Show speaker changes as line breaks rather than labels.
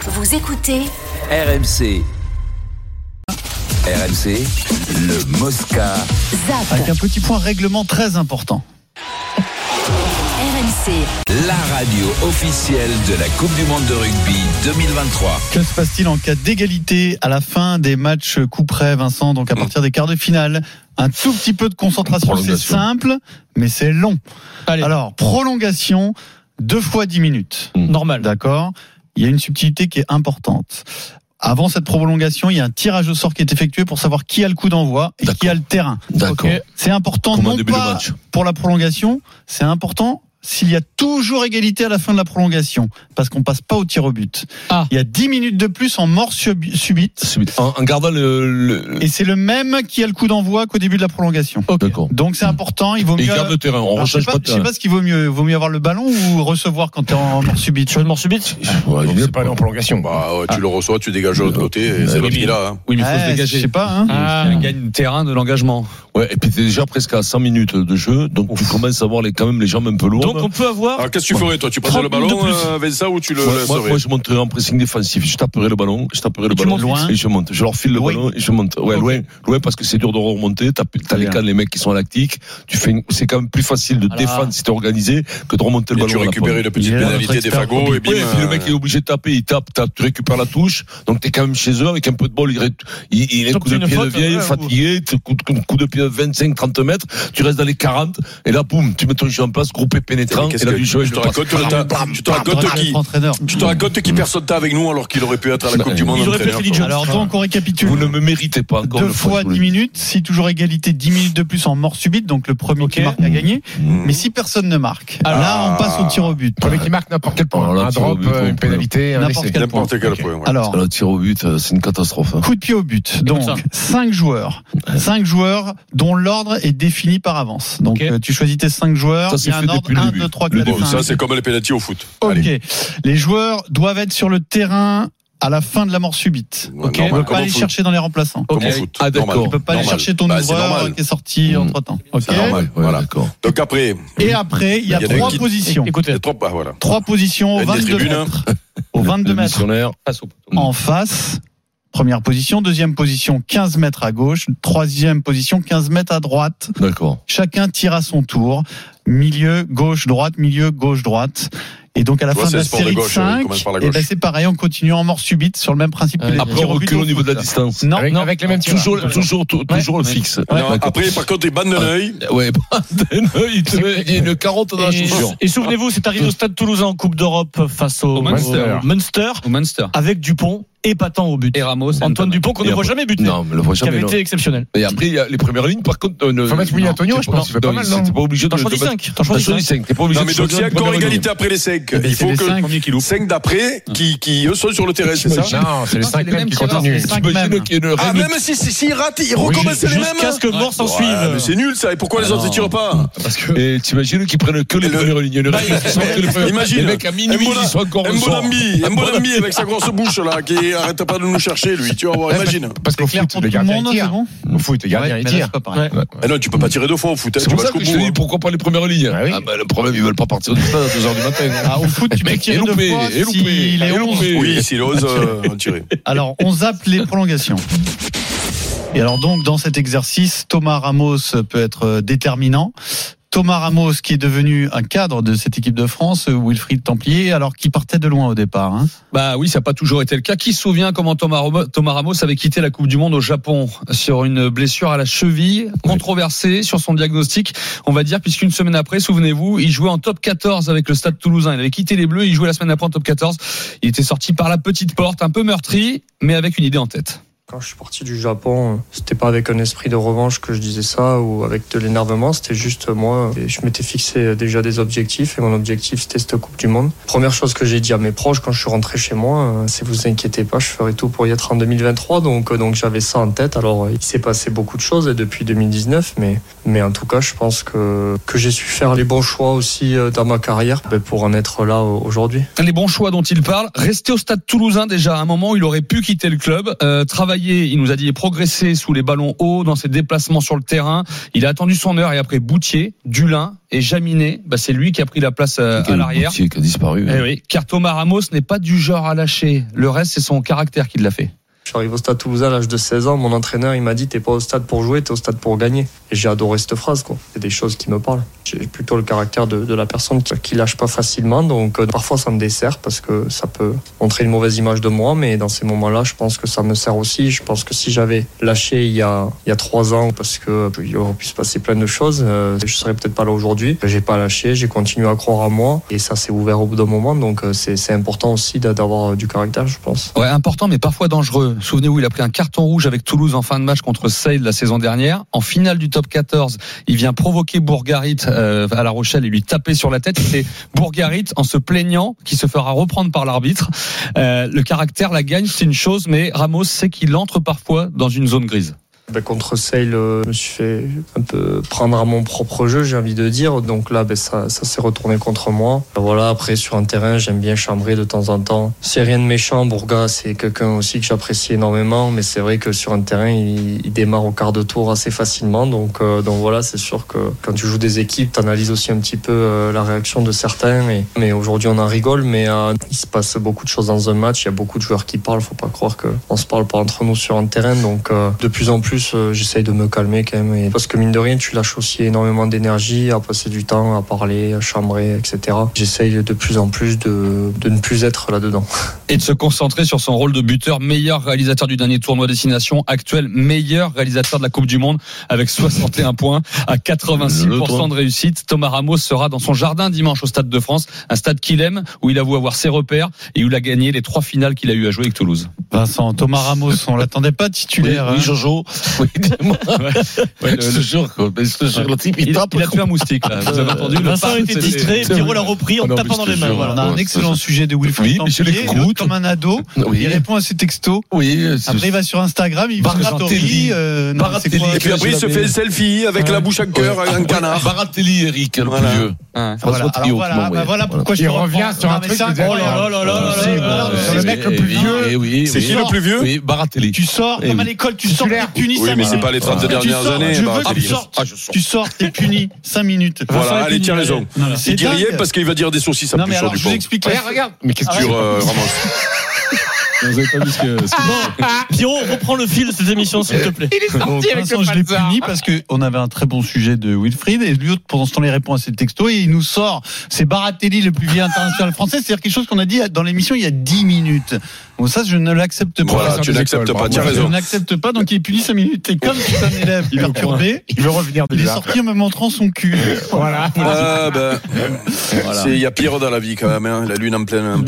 Vous écoutez
RMC. RMC, le Mosca.
ZAP.
Avec un petit point règlement très important.
RMC.
La radio officielle de la Coupe du Monde de rugby 2023.
Que se passe-t-il en cas d'égalité à la fin des matchs coup près, Vincent
Hmm.
Donc à partir des quarts de finale, un tout petit peu de concentration, c'est
Prolongation.
simple, mais c'est long.
Allez.
Alors, prolongation, deux fois dix minutes.
Normal.
D'accord Il y a une subtilité qui est importante. Avant cette prolongation, il y a un tirage au sort qui est effectué pour savoir qui a le coup d'envoi et qui a le terrain.
D'accord.
Ok.
C'est important
Comme un
non
début de
pas
match.
pour la prolongation, c'est important s'il y a toujours égalité à la fin de la prolongation, parce qu'on passe pas au tir au but.
Ah.
Il y a 10 minutes de plus en mort subi- subite,
Subit. En, en gardant le. le-
et c'est le même qui a le coup d'envoi qu'au début de la prolongation.
Ok.
D'accord.
Donc c'est important, il vaut
Et
mieux...
il garde le terrain. On
Alors, je sais
rechange
pas,
pas, de
je sais
terrain.
pas ce qu'il vaut mieux. Vaut mieux avoir le ballon ou recevoir quand t'es en mort subite.
Tu veux une mort subite
Ouais, il est
C'est pas en prolongation. Bah, ouais, tu
Ah.
le reçois, tu dégages de l'autre côté et c'est l'autre qui est là. hein.
Oui, mais il faut
Ouais,
se
je
dégager.
sais pas. Hein.
Ah.
Il gagne le terrain de l'engagement.
Ouais, et puis t'es déjà presque à 100 minutes de jeu, donc tu commences à voir les, quand même les jambes un peu lourdes.
bah.
Donc on peut
Ah,
avoir.
Alors, Ah, qu'est-ce que tu ferais, toi Tu prendrais le
30 minutes
ballon,
de plus.
euh, avec ça, ou tu le
Ouais, moi,
laisserais
moi, je monterai en pressing défensif. Je taperai le ballon, je taperai le
tu
ballon
montes loin
et je monte. Je leur file le
Loin.
ballon et je monte. Ouais,
Ok.
loin, loin parce que c'est dur de remonter. T'as t'as les
Bien.
cannes, les mecs qui sont à lactique. Tu fais, une- c'est quand même plus facile de
Voilà.
défendre si t'es organisé que de remonter le
Et
ballon.
tu
à la
récupérais
pomme.
les
Il
petites
est là, notre
pénalités des
expert
fagots et bim.
Ouais, et puis le mec
euh,
il est obligé de taper, il tape, tape, tu récupères la touche, donc t'es quand même chez eux avec un peu de bol, il, ré- il, il est
Donc,
coup de
c'est une
pied de
faute,
vieille,
ouais,
fatigué, tu- coup, de- coup de pied de 25, 30 mètres, tu restes dans les 40, et là boum, tu mets ton jeu en place, groupé pénétrant,
qu'est-ce
et là
que-
du jeu,
tu te racontes tout le temps. Tu
Ah,
te racontes
Notre
qui
entraîneur.
Tu te racontes qui personne t'a avec nous alors qu'il aurait pu être
Bah,
à la Coupe du Monde
Ils auraient
entraîneur,
préféré les
toi.
Jones.
Alors donc on récapitule.
vous ne me méritez pas encore
Deux
une
fois
je vous
10
le dis.
minutes, si toujours égalité, 10 minutes de plus en mort subite, donc le premier qui
Ok.
marque a gagné.
Mmh.
Mais si personne ne marque,
Ah.
là on passe au tir au but.
Premier qui marque n'importe quel point.
Alors là,
un
tu vas au
drop,
but,
euh,
on
une
peut-
pénalité, un
N'importe
essai.
quel point.
N'importe quel point. ouais.
Alors,
Alors, tir au but, euh, c'est une catastrophe. hein.
coup de pied au but. Donc,
ça.
cinq joueurs. Cinq joueurs dont l'ordre est défini par avance. Donc,
Ok.
euh, tu choisis tes cinq joueurs.
Ça,
Il
c'est
y a un
fait
ordre
depuis le
1,
début.
2, 3,
Le
4,
début.
Bon,
5.
ça, c'est comme les pénalties au foot. Allez.
Ok. Les joueurs doivent être sur le terrain à la fin de la mort subite.
Ouais,
Ok.
Tu ne
normal,
peux pas
comme au
aller
foot.
chercher dans les remplaçants.
Comme au
Ok.
foot.
Ah,
normal.
d'accord.
Tu peux pas aller
Normal.
chercher ton
Bah, c'est
ouvreur
normal.
qui est sorti
Mmh.
entre temps.
C'est normal, ouais,
Voilà.
d'accord.
Donc après,
Et après, il y a
Il y en a
trois
qui-
positions.
Écoutez,
les trois, bah, voilà.
Trois positions au
Il y a des
22
tribunes, hein.
mètres. Au
Le-
22
le
mètres
missionnaire.
Passe au poteau.
en face. Première position, deuxième position 15 mètres à gauche, troisième position 15 mètres à droite,
D'accord.
chacun tire à son tour. Milieu, gauche, droite, milieu, gauche, droite. Et donc à la
Ouais,
fin
c'est
de la
le sport de
série de
gauche, oui,
5,
commence par la
eh ben,
gauche.
c'est pareil, on continue en mort subite sur le même principe que
Ouais.
les
Après,
tirs
on
au but
recule au
au
niveau de la
foot.
distance.
Non,
Avec,
non.
avec les mêmes tirs.
Toujours, toujours, tou- toujours le
Ouais.
fixe.
Alors,
D'accord.
après, par contre, les bandes de l'œil.
Ouais, bah, il te met- il y a une carotte dans la
Et,
chaussure.
et souvenez-vous, c'est arrivé au stade toulousain en Coupe d'Europe face au,
Au Munster.
au Munster,
Au Munster.
avec Dupont épatant au but.
Et Ramos.
Antoine Dupont qu'on
Et
ne voit
après-
jamais buter,
Non, mais le
qui
prochain,
avait
mais non.
été exceptionnel.
Et après, il y a les premières lignes, par contre. euh, ne-
Faut mettre
non,
William Antonio,
t'es
je pense, il fait pas
non,
mal, non
T'es pas obligé de
T'en
le
choisis
mettre.
5. T'en
T'en
choisis
choisis
5.
5. T'es pas obligé
Non,
de
mais donc,
choisir
s'il y a
une
encore
première ligne.
égalité après les 5,
Eh
Ben,
il
c'est
faut
les
que
cinq.
Premier qui loupe.
5 d'après qui, qui eux sont sur le terrain, c'est ça
Non, c'est les
Non, c'est les mêmes
cinquièmes qui
qui marquent,
continuent.
c'est les
cinq
T'imagines
mêmes.
qu'il y a une
Ah,
règle.
même si, si, si, ils ratent, ils recommencent les mêmes hein.
Jusqu'à ce que mort s'en
Ouais,
suive.
mais c'est nul ça, et pourquoi les autres ne tirent pas
Parce que.
Et t'imagines qu'ils prennent que les
Le-
premières lignes. Il y a une règle qui sort que les premières-
Imagine.
Les mecs à minuit,
Mbola-
ils sont encore au soir.
Mbonambi, Mbonambi avec sa grosse bouche là, qui arrête pas de nous chercher lui, tu vas voir, imagine.
Parce qu'au
Clair
foot,
pour
le
tout le
gardien il
monde, hein, c'est
tire.
bon
Au foot, le gardien
Ouais,
il
mais là,
tire.
c'est pas pareil.
Ah non, tu peux pas tirer deux fois au foot, hein,
C'est
tu
pour
vas
ça
jusqu'au
que je te
bout.
dis
hein.
pourquoi pas les premières lignes.
Ah oui.
Ah bah, le problème, ils veulent pas partir du stade à 2h du matin.
Ah, au foot, tu peux
Mec, est
tirer deux
loupé,
fois
est loupé,
s'il est
est
11.
loupé.
Oui, s'il ose euh, en tirer.
Alors, on zappe les prolongations. Et alors donc, dans cet exercice, Thomas Ramos peut être euh, déterminant. Thomas Ramos, qui est devenu un cadre de cette équipe de France, euh, Wilfried Templier, alors qu'il partait de loin au départ. hein.
Bah oui, ça n'a pas toujours été le cas. Qui se souvient comment Thomas, Rom- Thomas Ramos avait quitté la Coupe du Monde au Japon sur une blessure à la cheville, controversée sur son diagnostic, on va dire, puisqu'une semaine après, souvenez-vous, il jouait en top 14 avec le Stade Toulousain. Il avait quitté les Bleus, il jouait la semaine après en top 14. Il était sorti par la petite porte, un peu meurtri, mais avec une idée en tête.
Quand je suis parti du Japon, euh, c'était pas avec un esprit de revanche que je disais ça ou avec de l'énervement, c'était juste euh, moi. euh, et Je m'étais fixé euh, déjà des objectifs et mon objectif c'était cette Coupe du Monde. Première chose que j'ai dit à mes proches quand je suis rentré chez moi, euh, c'est vous inquiétez pas, je ferai tout pour y être en 2023. Donc, euh, donc j'avais ça en tête. Alors euh, il s'est passé beaucoup de choses euh, depuis 2019, mais, mais en tout cas je pense que, que j'ai su faire les bons choix aussi euh, dans ma carrière ben, pour en être là euh, aujourd'hui.
Les bons choix dont il parle, rester au Stade Toulousain déjà à un moment où il aurait pu quitter le club, euh, travailler Payet, il nous a dit, il progressait sous les ballons hauts, dans ses déplacements sur le terrain. Il a attendu son heure et après Boutier, Dulin et Jaminet, bah, c'est lui qui a pris la place euh, à l'arrière.
Qui a disparu.
Eh oui, car Thomas Ramos n'est pas du genre à lâcher. Le reste, c'est son caractère qui l'a fait.
Je suis arrivé au stade Toulousain à l'âge de 16 ans. Mon entraîneur, il m'a dit T'es pas au stade pour jouer, t'es au stade pour gagner. Et j'ai adoré cette phrase, quoi. C'est des choses qui me parlent. J'ai plutôt le caractère de, de la personne qui, qui lâche pas facilement. Donc, euh, parfois, ça me dessert parce que ça peut montrer une mauvaise image de moi. Mais dans ces moments-là, je pense que ça me sert aussi. Je pense que si j'avais lâché il y a, il y a trois ans, parce que euh, il aurait pu se passer plein de choses, euh, je serais peut-être pas là aujourd'hui. J'ai pas lâché, j'ai continué à croire à moi. Et ça s'est ouvert au bout d'un moment. Donc, euh, c'est c'est important aussi d'a- d'avoir euh, du caractère, je pense.
Ouais, important, mais parfois dangereux. Souvenez-vous, il a pris un carton rouge avec Toulouse en fin de match contre Sale la saison dernière. En finale du top 14, il vient provoquer Bourgarit euh, à La Rochelle et lui taper sur la tête. C'est Bourgarit en se plaignant qui se fera reprendre par l'arbitre. Euh, le caractère, la gagne, c'est une chose, mais Ramos sait qu'il entre parfois dans une zone grise.
Ben, contre Sale, euh, je me suis fait un peu prendre à mon propre jeu, j'ai envie de dire. Donc là, ben, ça, ça s'est retourné contre moi. Ben, voilà, après, sur un terrain, j'aime bien chambrer de temps en temps. C'est rien de méchant, Bourga, c'est quelqu'un aussi que j'apprécie énormément. Mais c'est vrai que sur un terrain, il, il démarre au quart de tour assez facilement. Donc, euh, donc voilà, c'est sûr que quand tu joues des équipes, tu analyses aussi un petit peu euh, la réaction de certains. Et, mais aujourd'hui, on en rigole, mais euh, il se passe beaucoup de choses dans un match. Il y a beaucoup de joueurs qui parlent. Faut pas croire qu'on se parle pas entre nous sur un terrain. Donc, euh, de plus en plus, euh, j'essaye de me calmer quand même. Et parce que mine de rien, tu lâches aussi énormément d'énergie à passer du temps à parler, à chambrer, etc. J'essaye de plus en plus de, de ne plus être là-dedans.
et de se concentrer sur son rôle de buteur, meilleur réalisateur du dernier tournoi destination, actuel meilleur réalisateur de la Coupe du Monde avec 61 points à 86% de réussite. Thomas Ramos sera dans son jardin dimanche au Stade de France, un stade qu'il aime, où il avoue avoir ses repères et où il a gagné les trois finales qu'il a eu à jouer avec Toulouse.
Vincent, Thomas Ramos, on l'attendait pas titulaire. hein.
Jojo. Oui, dis-moi. Ouais, je te jure, quoi. Mais je te jure, le type, il,
Il,
tape.
il a tué un moustique là, vous avez entendu le
Vincent
pas-
était
c'était-
distrait,
c'est-
Pierrot l'a repris en
Ah non,
tapant
mais
dans
je
les
te
mains.
jure,
voilà.
On a un
Ouais,
excellent
c'est-
sujet de
Oui,
Wilfried
Michel
Templier,
Écoute.
l'autre comme un ado.
Oui.
Il répond à ses textos.
Oui, c'est-
Après, il va sur Instagram, il va
Baratelli.
Rattori. euh, non, c'est
Baratelli.
quoi
Et puis après, il se fait un selfie avec la bouche à cœur, avec un canard.
Baratelli, Eric, le
Voilà.
plus vieux.
Ouais.
François
Voilà, alors
Trio,
voilà,
tu m'as
bah
envoyé.
voilà pourquoi
Il
je te
revient
reprends.
sur un
mais
truc
c'est
qui euh, dit,
Oh là là
incroyable.
là là
C'est
là là
grave,
là.
c'est le mec le plus vieux.
Eh oui,
C'est
oui.
qui le plus vieux
Oui, Baratelli.
Tu sors,
Eh
comme à
oui.
l'école, tu sors, t'es
Titulaire.
puni
Oui,
cinq
mais c'est
minutes.
pas les 30
Tu
dernières
sors,
années,
je veux que
Baratelli.
tu sortes.
Ah, je sors.
Tu sors, t'es puni 5 minutes.
Voilà, allez, tiens raison.
Non, mais
Il
c'est
dit rien
dingue.
parce qu'il va dire des saucisses à
Non, mais
plus
alors, je
du
vous
pauvre.
explique la
Regarde, regarde.
Mais qu'est-ce que tu
Sur euh, Ramos.
Vous avez pas vu ce que- ce que-
Bon, Pierrot, reprends le fil de cette émission, s'il te plaît.
Il est
Bon,
sorti avec
Vincent,
le
je l'ai
Panzer.
puni parce qu'on avait un très bon sujet de Wilfried et lui, pendant ce temps, il répond à ses textos et il nous sort. C'est Baratelli, le plus vieil international français. C'est-à-dire quelque chose qu'on a dit dans l'émission il y a 10 minutes. Bon, ça, je ne l'accepte pas.
Voilà,
professeur
tu
des
n'acceptes
écoles,
pas,
bravo.
tiens
je
raison.
n'accepte pas, donc il est puni 5 minutes. Et comme c'est un élève perturbé,
Il veut revenir
il est
déjà.
sorti en me montrant son cul.
Voilà.
Ah, ben, c'est- Il y a pire dans la vie quand même, hein, la lune en pleine.